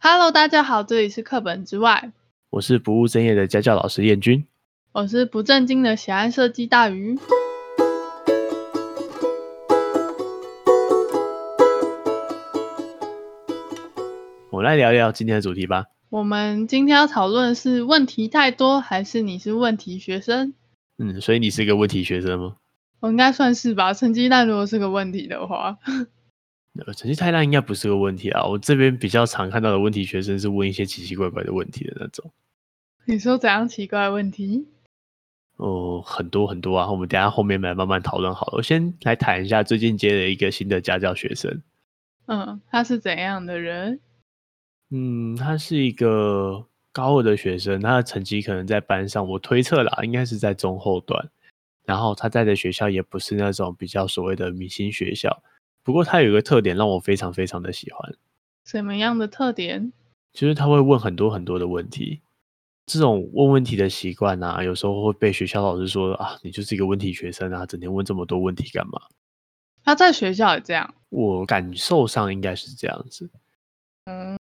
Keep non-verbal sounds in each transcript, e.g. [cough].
Hello，大家好，这里是课本之外，我是不务正业的家教老师燕君。我是不正经的喜爱设计大鱼。我们来聊聊今天的主题吧。我们今天要讨论的是问题太多，还是你是问题学生？嗯，所以你是个问题学生吗？我应该算是吧，成绩单如果是个问题的话， [laughs] 呃，成绩太烂应该不是个问题啊。我这边比较常看到的问题学生是问一些奇奇怪怪的问题的那种。你说怎样奇怪的问题？哦，很多很多啊。我们等一下后面来慢慢讨论好了。我先来谈一下最近接了一个新的家教学生。嗯，他是怎样的人？嗯，他是一个高二的学生，他的成绩可能在班上，我推测啦，应该是在中后段。然后他在的学校也不是那种比较所谓的明星学校，不过他有一个特点让我非常非常的喜欢，什么样的特点？就是他会问很多很多的问题。这种问问题的习惯啊，有时候会被学校老师说啊，你就是一个问题学生啊，整天问这么多问题干嘛？他在学校也这样。我感受上应该是这样子。嗯，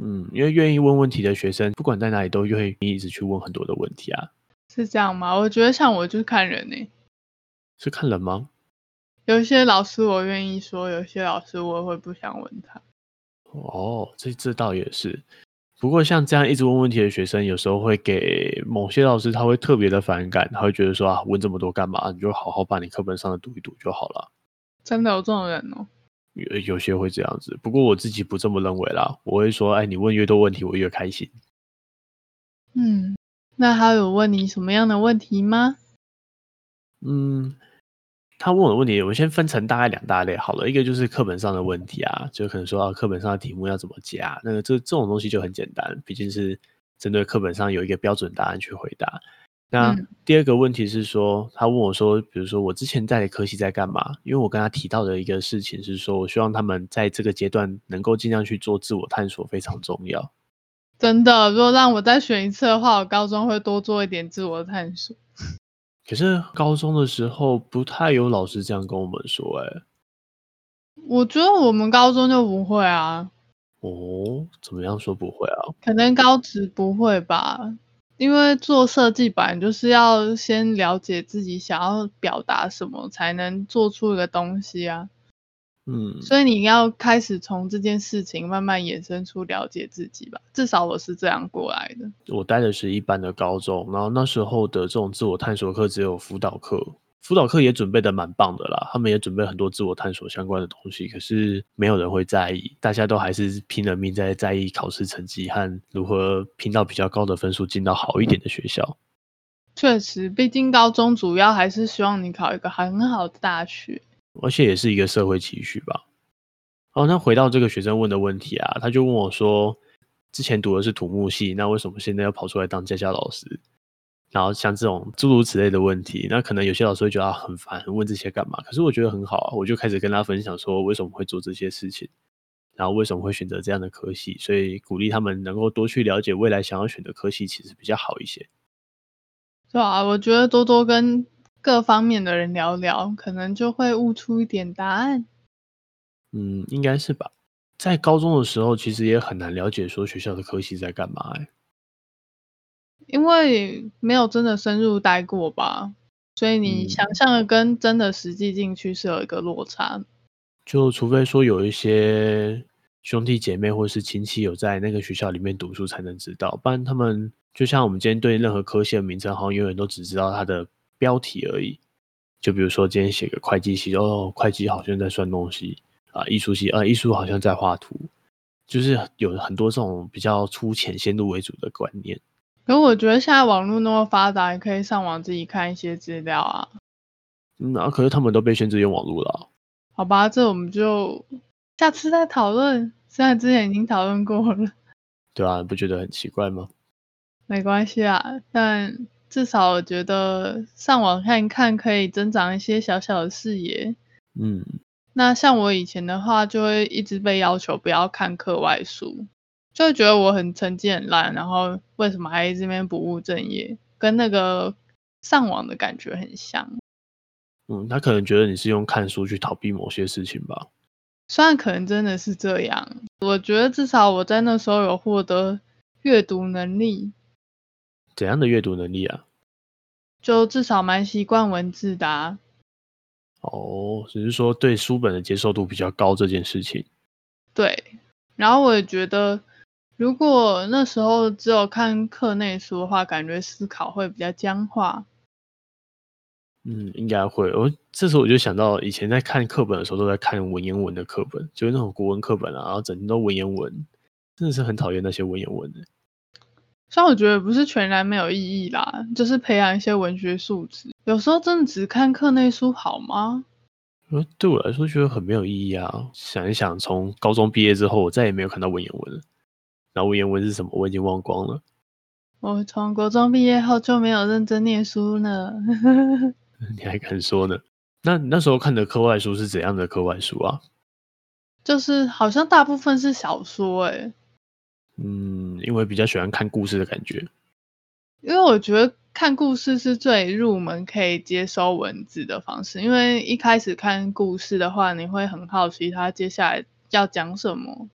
嗯，因为愿意问问题的学生，不管在哪里都愿意一直去问很多的问题啊。是这样吗？我觉得像我就是看人呢、是看人吗？有一些老师我愿意说，有一些老师我会不想问他。哦，这这倒也是。不过像这样一直问问题的学生，有时候会给某些老师他会特别的反感，他会觉得说啊，问这么多干嘛？你就好好把你课本上的读一读就好了。真的有这种人哦、有有些会这样子，不过我自己不这么认为啦。我会说，哎，你问越多问题，我越开心。嗯，那他有问你什么样的问题吗？嗯，他问我的问题，我先分成大概两大类好了。一个就是课本上的问题啊，就可能说啊，课本上的题目要怎么解啊？那个这这种东西就很简单，毕竟是针对课本上有一个标准答案去回答。那嗯第二个问题是说，他问我说，比如说我之前在的科系在干嘛？因为我跟他提到的一个事情是说，我希望他们在这个阶段能够尽量去做自我探索，非常重要。真的，如果让我再选一次的话，我高中会多做一点自我探索。可是高中的时候不太有老师这样跟我们说、哎，我觉得我们高中就不会啊，哦，怎么样说不会啊？可能高职不会吧，因为做设计版就是要先了解自己想要表达什么，才能做出一个东西啊。嗯，所以你要开始从这件事情慢慢衍生出了解自己吧，至少我是这样过来的。我待的是一般的高中，然后那时候的这种自我探索课只有辅导课，辅导课也准备的蛮棒的啦，他们也准备很多自我探索相关的东西，可是没有人会在意，大家都还是拼了命在在意考试成绩和如何拼到比较高的分数进到好一点的学校。确实，毕竟高中主要还是希望你考一个很好的大学。而且也是一个社会期许吧。哦，那回到这个学生问的问题啊，他就问我说，之前读的是土木系，那为什么现在要跑出来当家教老师？然后像这种诸如此类的问题，那可能有些老师会觉得、啊、很烦，问这些干嘛？可是我觉得很好啊，我就开始跟他分享说为什么会做这些事情，然后为什么会选择这样的科系，所以鼓励他们能够多去了解未来想要选的科系，其实比较好一些。对啊，我觉得多多跟各方面的人聊聊，可能就会悟出一点答案。嗯，应该是吧。在高中的时候，其实也很难了解说学校的科系在干嘛、欸。因为没有真的深入待过吧，所以你嗯想象的跟真的实际进去是有一个落差。就除非说有一些兄弟姐妹或是亲戚有在那个学校里面读书才能知道，不然他们就像我们今天对任何科系的名称，好像永远都只知道它的标题而已。就比如说今天写个会计系，哦，会计好像在算东西啊，艺术系啊，艺术好像在画图，就是有很多这种比较粗浅、先入为主的观念。可我觉得现在网络那么发达，你可以上网自己看一些资料啊。嗯，啊，可是他们都被限制用网络了啊、好吧，这我们就下次再讨论。虽然之前已经讨论过了，对啊，你不觉得很奇怪吗？没关系啊。但至少我觉得上网看一看，可以增长一些小小的视野。嗯，那像我以前的话，就会一直被要求不要看课外书，就会觉得我很成绩很烂，然后为什么还这边不务正业，跟那个上网的感觉很像。嗯，他可能觉得你是用看书去逃避某些事情吧。虽然可能真的是这样，我觉得至少我在那时候有获得阅读能力，怎样的阅读能力啊？就至少蛮习惯文字的、啊。哦，只是说对书本的接受度比较高这件事情。对，然后我也觉得，如果那时候只有看课内书的话，感觉思考会比较僵化。嗯，应该会。我这时候我就想到，以前在看课本的时候，都在看文言文的课本，就是那种国文课本啊，然后整天都文言文，真的是很讨厌那些文言文的。虽然我觉得不是全然没有意义啦，就是培养一些文学素质。有时候真的只看课内书好吗？呃，对我来说觉得很没有意义啊。想一想，从高中毕业之后，我再也没有看到文言文了。然后文言文是什么，我已经忘光了。 [laughs] 我从国中毕业后就没有认真念书了。 [laughs] 你还敢说呢？那你那时候看的课外书是怎样的课外书啊？就是好像大部分是小说、欸，诶，嗯，因为比较喜欢看故事的感觉。因为我觉得看故事是最入门可以接收文字的方式，因为一开始看故事的话，你会很好奇它接下来要讲什么，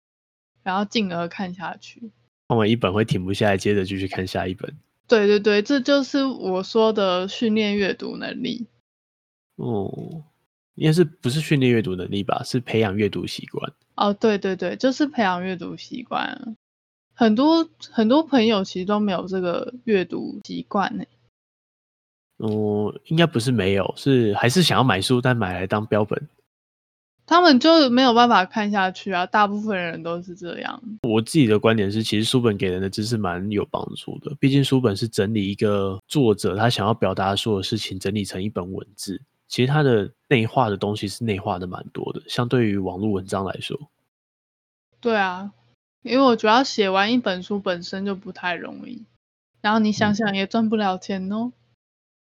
然后进而看下去。看完一本会停不下来，接着继续看下一本。对对对，这就是我说的训练阅读能力。哦，应该是不是训练阅读能力吧？是培养阅读习惯。哦，对对对，就是培养阅读习惯。很多很多朋友其实都没有这个阅读习惯呢。哦，应该不是没有，是还是想要买书，但买来当标本。他们就没有办法看下去啊！大部分人都是这样。我自己的观点是，其实书本给人的知识蛮有帮助的，毕竟书本是整理一个作者他想要表达所有事情，整理成一本文字。其实它的内化的东西是内化的蛮多的，相对于网络文章来说。对啊，因为我主要写完一本书本身就不太容易，然后你想想也赚不了钱哦。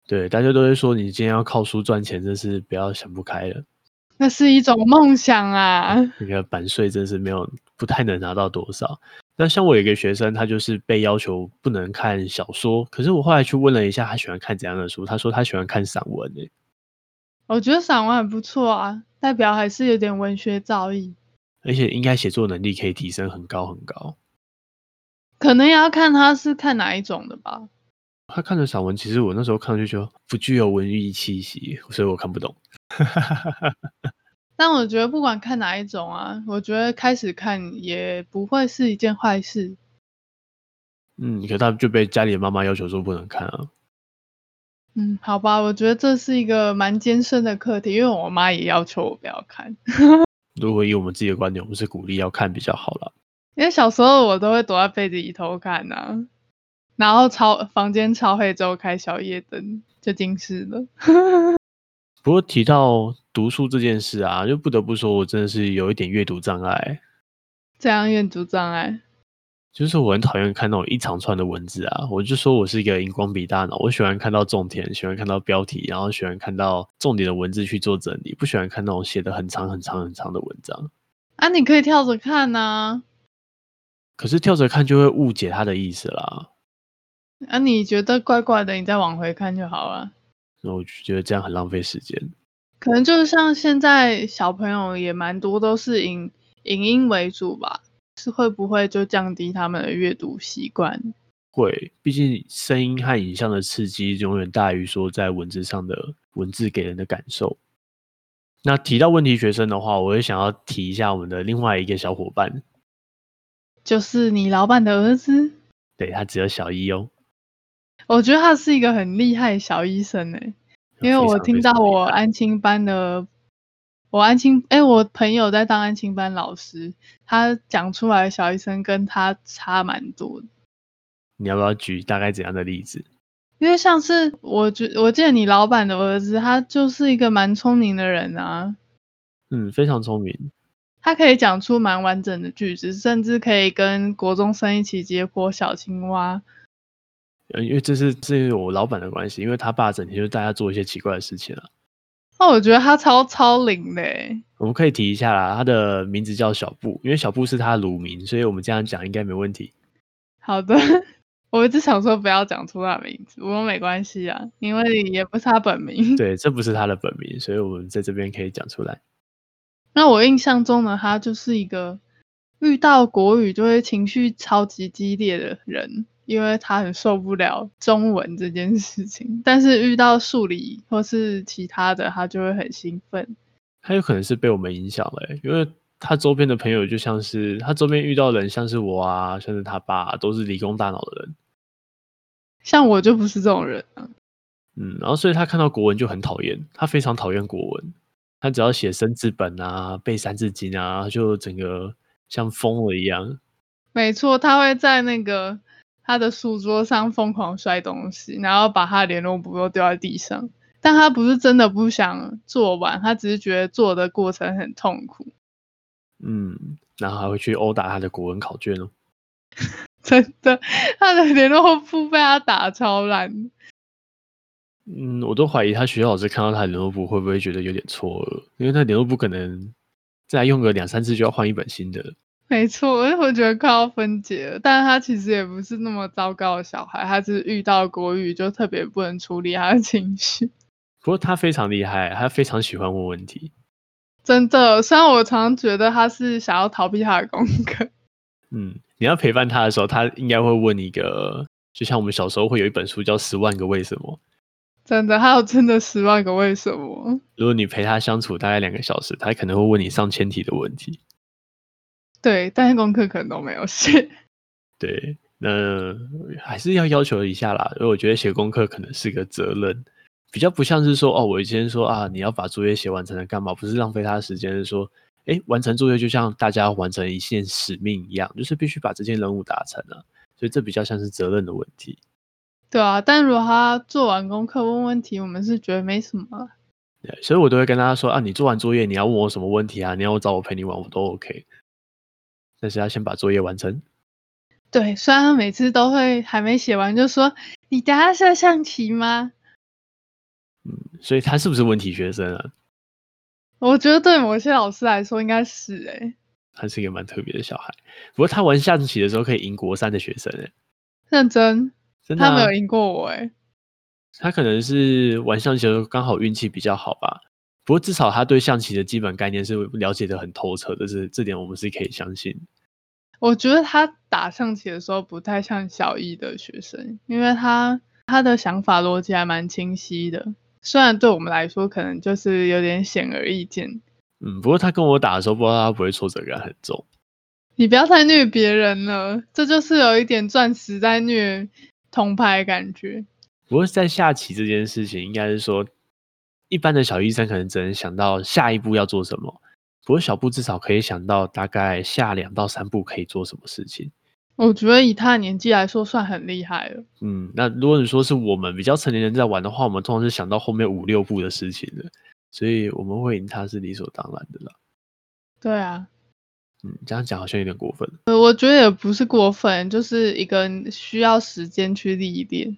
对，大家都会说你今天要靠书赚钱，真是不要想不开了。那是一种梦想啊！ [laughs] 那个版税真是没有不太能拿到多少。那像我有一个学生，他就是被要求不能看小说，可是我后来去问了一下，他喜欢看怎样的书？他说他喜欢看散文欸诶、我觉得散文很不错啊，代表还是有点文学造诣，而且应该写作能力可以提升很高很高。可能也要看他是看哪一种的吧。他看的散文，其实我那时候看就觉得不具有文艺气息，所以我看不懂。但我觉得不管看哪一种啊，我觉得开始看也不会是一件坏事。嗯，可他就被家里的妈妈要求说不能看啊。嗯，好吧，我觉得这是一个蛮艰深的课题，因为我妈也要求我不要看。如果以我们自己的观点，我们是鼓励要看比较好啦。因为小时候我都会躲在被子里偷看呐、啊，然后超房间超黑之后开小夜灯就近视了。不过提到读书这件事啊，就不得不说，我真的是有一点阅读障碍。这样阅读障碍？就是我很讨厌看那种一长串的文字啊，我就说我是一个荧光笔大脑，我喜欢看到重点，喜欢看到标题，然后喜欢看到重点的文字去做整理，不喜欢看那种写的很长很长很长的文章。啊，你可以跳着看啊呐、可是跳着看就会误解它的意思啦，啊，啊，你觉得怪怪的，你再往回看就好了。那我就觉得这样很浪费时间。可能就像现在小朋友也蛮多都是影影音为主吧，是会不会就降低他们的阅读习惯？会，毕竟声音和影像的刺激永远大于说在文字上的文字给人的感受。那提到问题学生的话，我也想要提一下我们的另外一个小伙伴，就是你老板的儿子，对他只有小一哦，我觉得他是一个很厉害的小医生哎、因为非我常听非到常厉我害安亲班的，我安亲哎、我朋友在当安亲班老师，他讲出来的小医生跟他差蛮多的。你要不要举大概怎样的例子？因为像是我觉，我记得你老板的儿子，他就是一个蛮聪明的人啊，嗯，非常聪明，他可以讲出蛮完整的句子，甚至可以跟国中生一起解剖小青蛙。呃因为这是这是我老板的关系，因为他爸整天就带他做一些奇怪的事情啊。那我觉得他超超龄的欸，我们可以提一下啦，他的名字叫小布，因为小布是他的乳名，所以我们这样讲应该没问题。好的， [laughs] 我一直想说不要讲出他的名字，不过没关系啊，因为也不是他本名。对，这不是他的本名，所以我们在这边可以讲出来。那我印象中呢，他就是一个遇到国语就会情绪超级激烈的人，因为他很受不了中文这件事情。但是遇到数理或是其他的，他就会很兴奋。他有可能是被我们影响了欸、因为他周边的朋友就像是他周边遇到的人，像是我啊，像是他爸、都是理工大脑的人，像我就不是这种人啊，嗯，然后所以他看到国文就很讨厌，他非常讨厌国文，他只要写生字本啊、背三字经啊，就整个像疯了一样。没错，他会在那个他的书桌上疯狂摔东西，然后把他的联络簿都丢在地上。但他不是真的不想做完，他只是觉得做的过程很痛苦，嗯，然后还会去殴打他的国文考卷哦。 [laughs] 真的，他的联络簿被他打超烂。嗯，我都怀疑他学校老师看到他的联络簿会不会觉得有点错愕，因为他联络簿可能再用个两三次就要换一本新的了。没错，我我觉得快要分解了，但他其实也不是那么糟糕的小孩，他只是遇到国语就特别不能处理他的情绪。不过他非常厉害，他非常喜欢问问题。真的，虽然我常常觉得他是想要逃避他的功课，嗯，你要陪伴他的时候，他应该会问一个，就像我们小时候会有一本书叫《十万个为什么》。真的，还有真的十万个为什么。如果你陪他相处大概两个小时，他可能会问你上千题的问题。对，但是功课可能都没有写。对，那还是要要求一下啦，因为我觉得写功课可能是个责任，比较不像是说哦，我今天说啊，你要把作业写完才能干嘛，不是浪费他的时间，是说，哎，完成作业就像大家完成一件使命一样，就是必须把这件任务达成啊，所以这比较像是责任的问题。对啊，但如果他做完功课问问题，我们是觉得没什么啊。对，所以我都会跟大家说啊，你做完作业你要问我什么问题啊，你要找我陪你玩，我都 OK，但是要先把作业完成。对，虽然他每次都会还没写完就说：“你等下下象棋吗嗯，所以他是不是问题学生啊？？”我觉得对某些老师来说应该是欸诶、他是一个蛮特别的小孩。不过他玩象棋的时候可以赢国三的学生、欸，认真，真的、他啊。没有赢过我诶、欸他可能是玩象棋的时候刚好运气比较好吧。不过至少他对象棋的基本概念是了解的很透彻，这是这点我们是可以相信。我觉得他打象棋的时候不太像小一的学生，因为他他的想法逻辑还蛮清晰的，虽然对我们来说可能就是有点显而易见。嗯，不过他跟我打的时候，不知道他会不会挫折感很重。你不要再虐别人了，这就是有一点钻石在虐铜牌的感觉。不过在下棋这件事情，应该是说一般的小医生可能只能想到下一步要做什么，不过小布至少可以想到大概下两到三步可以做什么事情。我觉得以他的年纪来说，算很厉害了。嗯，那如果你说是我们比较成年人在玩的话，我们通常是想到后面五六步的事情的，所以我们会赢他是理所当然的啦。对啊，嗯，这样讲好像有点过分。呃，我觉得也不是过分，就是一个需要时间去历练。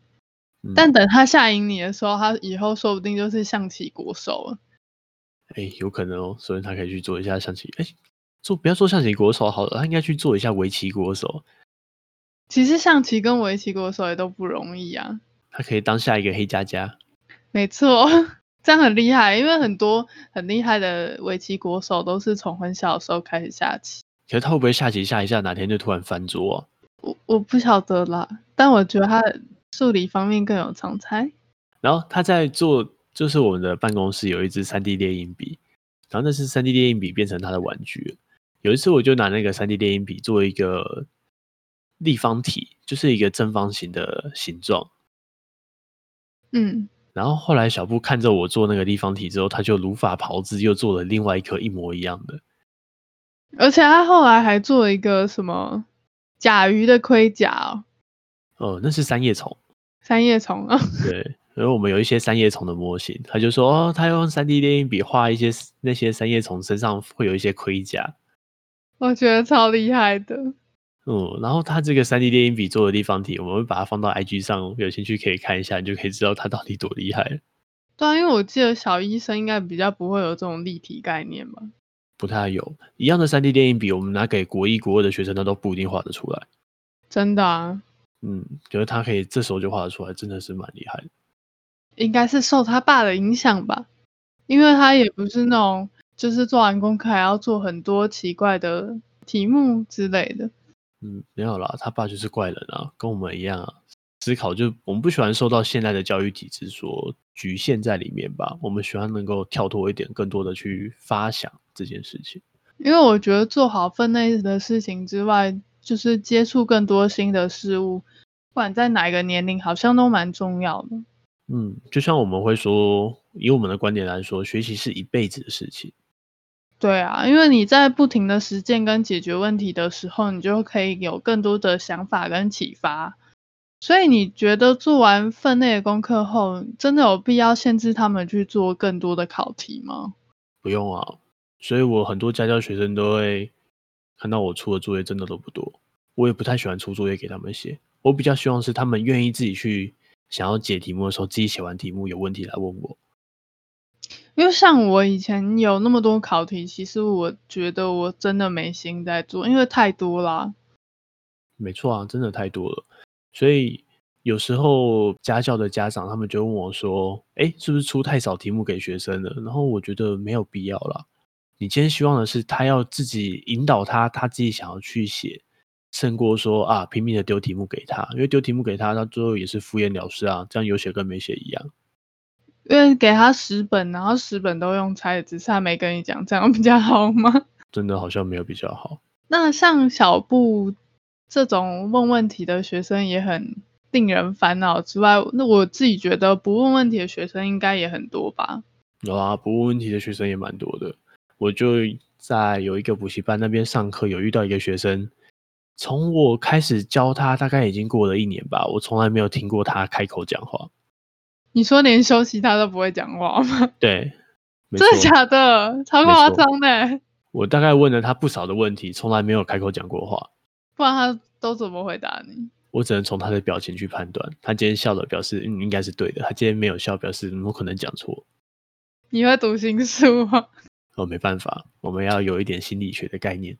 嗯、但等他下赢你的时候，他以后说不定就是象棋国手了。哎、有可能哦，所以他可以去做一下象棋。哎、做不要做象棋国手好了，他应该去做一下围棋国手，其实象棋跟围棋国手也都不容易啊。他可以当下一个黑加加。没错， [laughs] 这样很厉害，因为很多很厉害的围棋国手都是从很小的时候开始下棋。可是他会不会下棋下一下，哪天就突然翻桌、啊？我我不晓得啦，但我觉得他数理方面更有长才。然后他在做，就是我们的办公室有一支三 D 猎鹰笔，然后那是三 D 猎鹰笔变成他的玩具了。有一次我就拿那个三 D 猎鹰笔做一个立方体，就是一个正方形的形状。嗯，然后后来小布看着我做那个立方体之后，他就如法炮制，又做了另外一颗一模一样的。而且他后来还做了一个什么甲鱼的盔甲、哦，哦、那是三叶虫，三叶虫啊、对。然后我们有一些三叶虫的模型，他就说哦，他用三 D 猎鹰笔画一些那些三叶虫身上会有一些盔甲， [laughs] 我觉得超厉害的。嗯，然后它这个三 D 猎鹰笔做的立方体，我们会把它放到 IG 上，有兴趣可以看一下，你就可以知道它到底多厉害了。对啊，因为我记得小医生应该比较不会有这种立体概念吧。不太有一样的三 D 猎鹰笔，我们拿给国一、国二的学生，他都不一定画得出来。真的啊，嗯，可是他可以这时候就画得出来，真的是蛮厉害的。应该是受他爸的影响吧，因为他也不是那种就是做完功课还要做很多奇怪的题目之类的。嗯，没有啦，他爸就是怪人啊，跟我们一样啊。思考就我们不喜欢受到现在的教育体制所局限在里面吧，我们喜欢能够跳脱一点，更多的去发想这件事情。因为我觉得做好分内的事情之外，就是接触更多新的事物，不管在哪一个年龄，好像都蛮重要的。嗯，就像我们会说，以我们的观点来说，学习是一辈子的事情。对啊，因为你在不停的实践跟解决问题的时候，你就可以有更多的想法跟启发。所以你觉得做完分内的功课后，真的有必要限制他们去做更多的考题吗？不用啊，所以我很多家教学生都会看到我出的作业真的都不多，我也不太喜欢出作业给他们写，我比较希望是他们愿意自己去想要解题目的时候，自己写完题目有问题来问我。因为像我以前有那么多考题，其实我觉得我真的没心在做，因为太多啦。没错啊，真的太多了，所以有时候家教的家长他们就问我说：“哎，是不是出太少题目给学生了？”然后我觉得没有必要啦。你今天希望的是他要自己引导他，他自己想要去写，胜过说啊拼命的丢题目给他，因为丢题目给他，他最后也是敷衍了事啊，这样有写跟没写一样。因为给他十本，然后十本都用猜的，只是他没跟你讲，这样比较好吗？真的好像没有比较好。那像小布这种问问题的学生也很令人烦恼之外，那我自己觉得不问问题的学生应该也很多吧？有啊，不问问题的学生也蛮多的。我就在有一个补习班那边上课，有遇到一个学生，从我开始教他，大概已经过了一年吧，我从来没有听过他开口讲话。你说连休息他都不会讲话吗？对，没真的错假的？超没夸错张的，欸我大概问了他不少的问题，从来没有开口讲过话。不然他都怎么回答你？我只能从他的表情去判断，他今天笑了，表示嗯应该是对的；他今天没有笑，表示嗯我可能讲错。你会读心术吗？ [laughs] 哦，没办法，我们要有一点心理学的概念。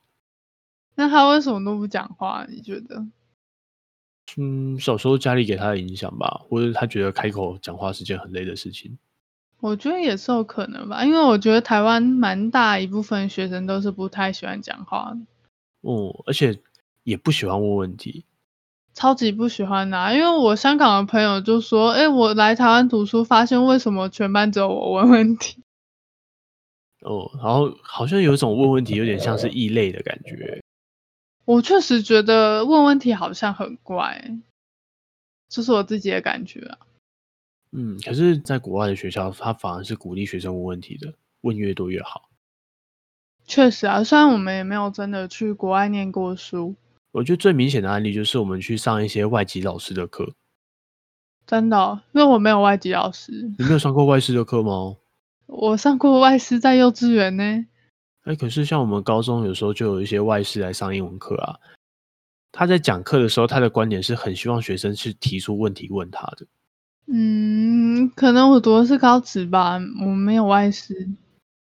那他为什么都不讲话？啊你觉得？嗯，小时候家里给他的影响吧，或者他觉得开口讲话是件很累的事情。我觉得也是有可能吧，因为我觉得台湾蛮大一部分学生都是不太喜欢讲话的，哦、而且也不喜欢问问题。超级不喜欢的啊、因为我香港的朋友就说：“哎、我来台湾读书，发现为什么全班只有我问问题？哦，然后好像有一种问问题有点像是异类的感觉。我确实觉得问问题好像很怪，这是我自己的感觉啊。嗯，可是，在国外的学校，他反而是鼓励学生问问题的，问越多越好。确实啊，虽然我们也没有真的去国外念过书，我觉得最明显的案例就是我们去上一些外籍老师的课。真的哦、因为我没有外籍老师，你没有上过外师的课吗？我上过外师在幼稚园呢。哎，可是像我们高中有时候就有一些外师来上英文课啊，他在讲课的时候，他的观点是很希望学生去提出问题问他的。嗯，可能我读的是高职吧，我没有外师。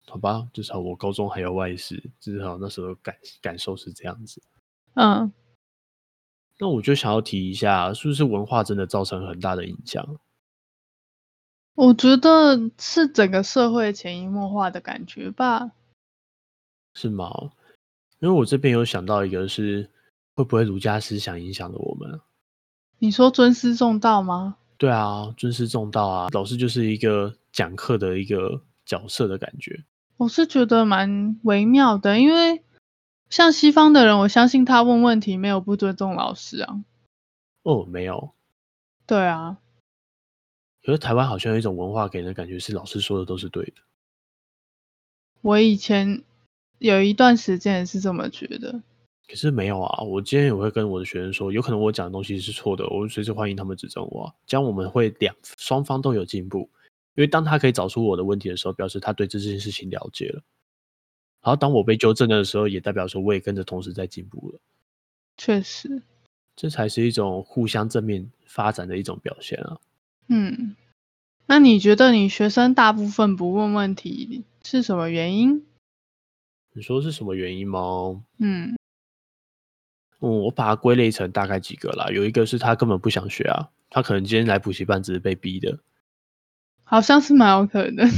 好吧，至少我高中还有外事，至少那时候感感受是这样子。嗯，那我就想要提一下，是不是文化真的造成很大的影响？我觉得是整个社会潜移默化的感觉吧。是吗？因为我这边有想到一个是，会不会儒家思想影响了我们？你说尊师重道吗？对啊，尊师重道啊，老师就是一个讲课的一个角色的感觉。我是觉得蛮微妙的，因为像西方的人，我相信他问问题没有不尊重老师啊。哦，没有，对啊，可是台湾好像有一种文化给人的感觉是，老师说的都是对的。我以前有一段时间也是这么觉得。可是没有啊，我今天也会跟我的学生说，有可能我讲的东西是错的，我随时欢迎他们指正我啊、这样我们会两双方都有进步，因为当他可以找出我的问题的时候，表示他对这件事情了解了。然后当我被纠正的时候，也代表说我也跟着同时在进步了，确实，这才是一种互相正面发展的一种表现啊。嗯，那你觉得你学生大部分不问问题是什么原因？你说是什么原因吗？嗯，嗯，我把它归类成大概几个啦，有一个是他根本不想学啊，他可能今天来补习班只是被逼的，好像是蛮有可能的。 [laughs]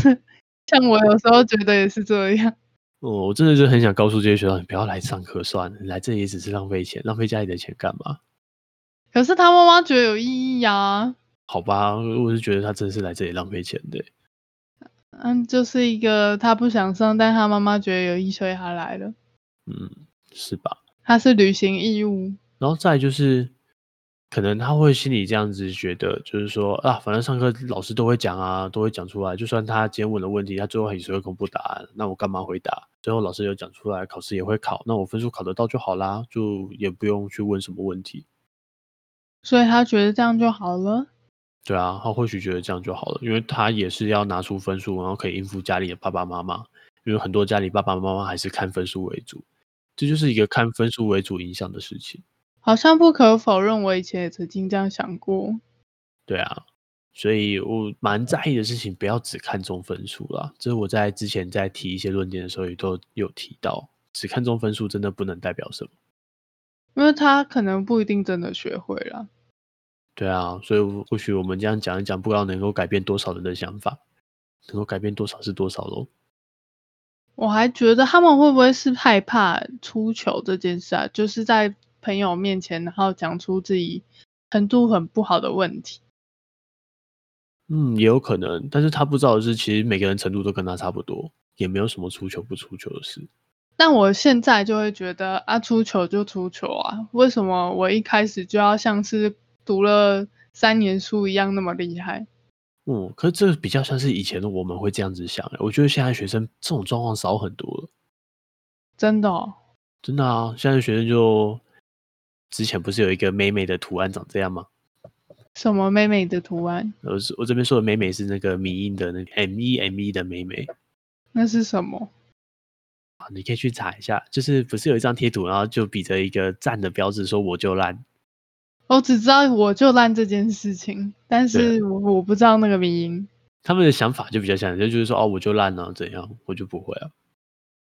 像我有时候觉得也是这样。哦我我真的是很想告诉这些学长，你不要来上课算了，你来这里也只是浪费钱，浪费家里的钱干嘛？可是他妈妈觉得有意义啊，好吧，我是觉得他真的是来这里浪费钱的欸、嗯，就是一个他不想上，但他妈妈觉得有意义，所以他来了。嗯，是吧？他是履行义务，然后再来就是，可能他会心里这样子觉得，就是说啊，反正上课老师都会讲啊，都会讲出来。就算他今天问的问题，他最后还是会公布答案，那我干嘛回答？最后老师有讲出来，考试也会考，那我分数考得到就好啦，就也不用去问什么问题。所以他觉得这样就好了。对啊，他或许觉得这样就好了，因为他也是要拿出分数，然后可以应付家里的爸爸妈妈，因为很多家里爸爸妈妈还是看分数为主，这就是一个看分数为主影响的事情。好像不可否认，我以前也曾经这样想过。对啊，所以我蛮在意的事情，不要只看重分数啦。这是我在之前在提一些论点的时候也都有提到，只看重分数真的不能代表什么。因为他可能不一定真的学会了。对啊，所以我或许我们这样讲一讲，不知道能够改变多少人的想法，能够改变多少是多少咯。我还觉得他们会不会是害怕出糗这件事啊？就是在朋友面前，然后讲出自己程度很不好的问题。嗯，也有可能，但是他不知道的是，其实每个人程度都跟他差不多，也没有什么出球不出球的事。但我现在就会觉得啊，出糗就出糗啊，为什么我一开始就要像是读了三年书一样那么厉害？嗯，可是这个比较像是以前的我们会这样子想、欸，我觉得现在学生这种状况少很多了。真的、哦，真的啊，现在学生就之前不是有一个美美的图案长这样吗？什么美美的图案？我是我这边说的美美是那个迷音的那个 M E M E 的美美那是什么？啊，你可以去查一下，就是不是有一张贴图，然后就比着一个赞的标志说我就烂，我只知道我就烂这件事情，但对是我我不知道那个迷因。他们的想法就比较像，就就是说哦我就烂啊怎样，我就不会啊，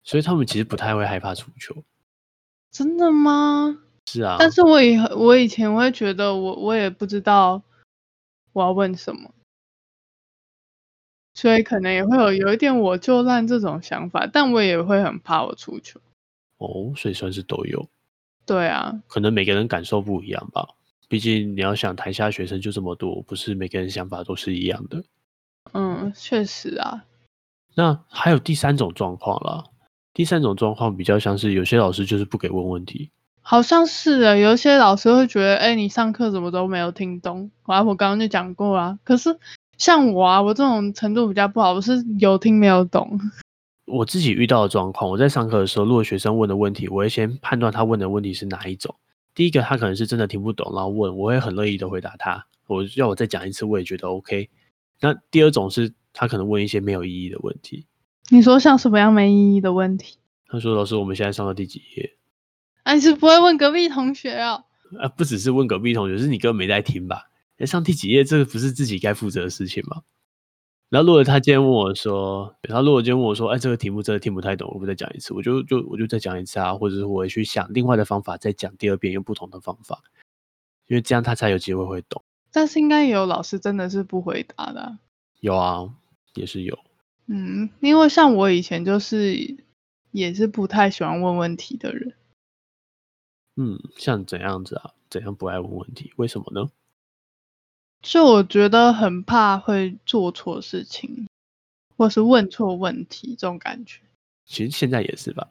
所以他们其实不太会害怕出糗，真的吗？是啊，但是我以后我以前会觉得我我也不知道我要问什么，所以可能也会有有一点我就烂这种想法，但我也会很怕我出糗。哦，所以算是都有，对啊，可能每个人感受不一样吧，毕竟你要想台下学生就这么多，不是每个人想法都是一样的。嗯，确实啊，那还有第三种状况啦，第三种状况比较像是有些老师就是不给问问题，好像是的。有一些老师会觉得，哎、你上课怎么都没有听懂？啊，我刚刚就讲过啊。可是像我啊，我这种程度比较不好，我是有听没有懂。我自己遇到的状况，我在上课的时候，如果学生问的问题，我会先判断他问的问题是哪一种。第一个，他可能是真的听不懂，然后问，我会很乐意的回答他。我要我再讲一次，我也觉得 OK。那第二种是他可能问一些没有意义的问题，你说像什么样没意义的问题？他说：“老师，我们现在上到第几页哎、你是不会问隔壁同学哦。？”啊，不只是问隔壁同学，是你根本没在听吧？哎上第几页，这个不是自己该负责的事情吗？然后如果他今天问我说，他如果今天问我说，哎，这个题目真的听不太懂，我不再讲一次，我就就我就再讲一次啊，或者是我会去想另外的方法再讲第二遍，用不同的方法，因为这样他才有机会会懂。但是应该也有老师真的是不回答的啊、有啊，也是有，嗯，因为像我以前就是也是不太喜欢问问题的人，嗯，像怎样子啊，怎样不爱问问题，为什么呢？就我觉得很怕会做错事情，或是问错问题这种感觉。其实现在也是吧，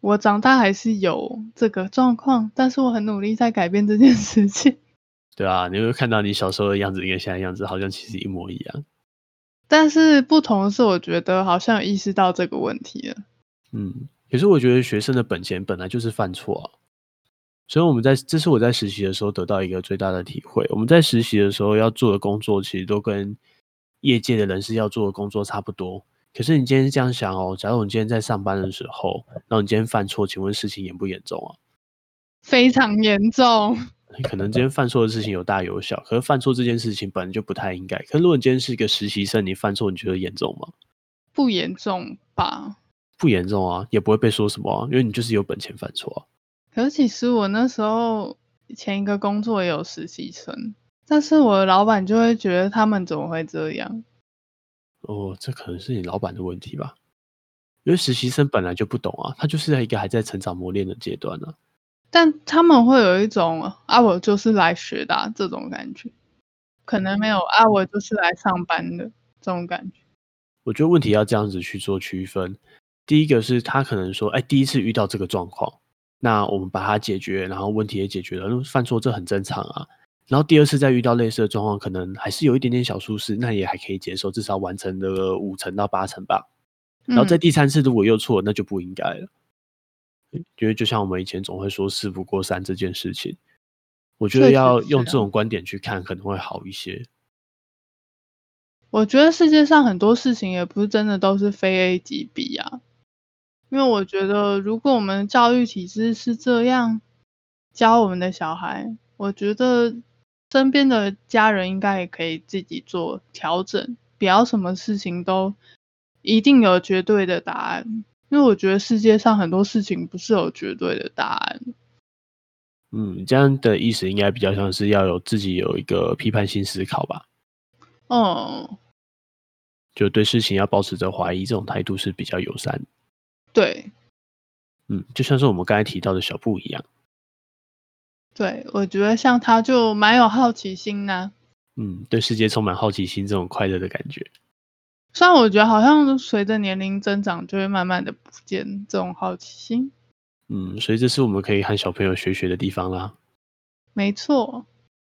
我长大还是有这个状况，但是我很努力在改变这件事情。 [laughs] 对啊，你会看到你小时候的样子跟现在的样子好像其实一模一样，但是不同的是，我觉得好像有意识到这个问题了。嗯，可是我觉得学生的本钱本来就是犯错啊，所以我们在这是我在实习的时候得到一个最大的体会。我们在实习的时候要做的工作，其实都跟业界的人士要做的工作差不多。可是你今天这样想哦，假如你今天在上班的时候，然后你今天犯错，请问事情严不严重啊？非常严重，可能今天犯错的事情有大有小，可是犯错这件事情本来就不太应该。可是如果你今天是一个实习生，你犯错，你觉得严重吗？不严重吧？不严重啊，也不会被说什么啊，因为你就是有本钱犯错啊。可是其实我那时候前一个工作也有实习生，但是我的老板就会觉得他们怎么会这样？哦，这可能是你老板的问题吧，因为实习生本来就不懂啊，他就是在一个还在成长磨练的阶段啊呢、但他们会有一种啊，我就是来学的啊、这种感觉，可能没有啊，我就是来上班的这种感觉。我觉得问题要这样子去做区分。第一个是他可能说，哎，第一次遇到这个状况，那我们把它解决，然后问题也解决了，那犯错这很正常啊。然后第二次再遇到类似的状况，可能还是有一点点小疏失，那也还可以接受，至少完成了五成到八成吧。然后在嗯第三次如果又错，那就不应该了。因为就像我们以前总会说“事不过三”这件事情，我觉确得实要是用啊这种观点去看，可能会好一些。我觉得世界上很多事情也不是真的都是非 A 即 B 啊，因为我觉得如果我们教育体制是这样教我们的小孩，我觉得身边的家人应该也可以自己做调整，不要什么事情都一定有绝对的答案，因为我觉得世界上很多事情不是有绝对的答案。嗯，这样的意思应该比较像是要有自己有一个批判性思考吧。嗯，就对事情要保持着怀疑这种态度是比较友善的。对嗯，就像是我们刚才提到的小布一样，对，我觉得像他就蛮有好奇心呐、嗯，对世界充满好奇心这种快乐的感觉。虽然我觉得好像随着年龄增长，就会慢慢的不见这种好奇心。嗯，所以这是我们可以和小朋友学学的地方啦。没错，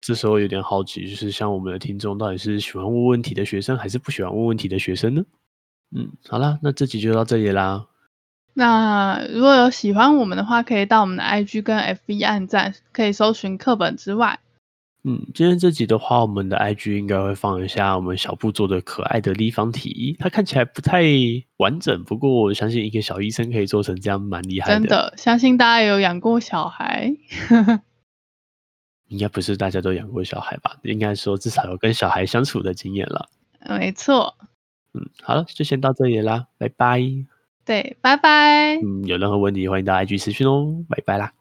这时候有点好奇，就是像我们的听众到底是喜欢问问题的学生，还是不喜欢问问题的学生呢？嗯，好啦，那这集就到这里啦。那如果有喜欢我们的话，可以到我们的 IG 跟 FB 按赞，可以搜寻课本之外。嗯，今天这集的话，我们的 IG 应该会放一下我们小布做的可爱的立方体，它看起来不太完整，不过我相信一个小医生可以做成这样，蛮厉害真的，相信大家也有养过小孩， [laughs] 应该不是大家都养过小孩吧？应该说至少有跟小孩相处的经验了。没错。嗯，好了，就先到这里啦，拜拜。对，拜拜。嗯，有任何问题欢迎到 IG 私讯哦，拜拜啦。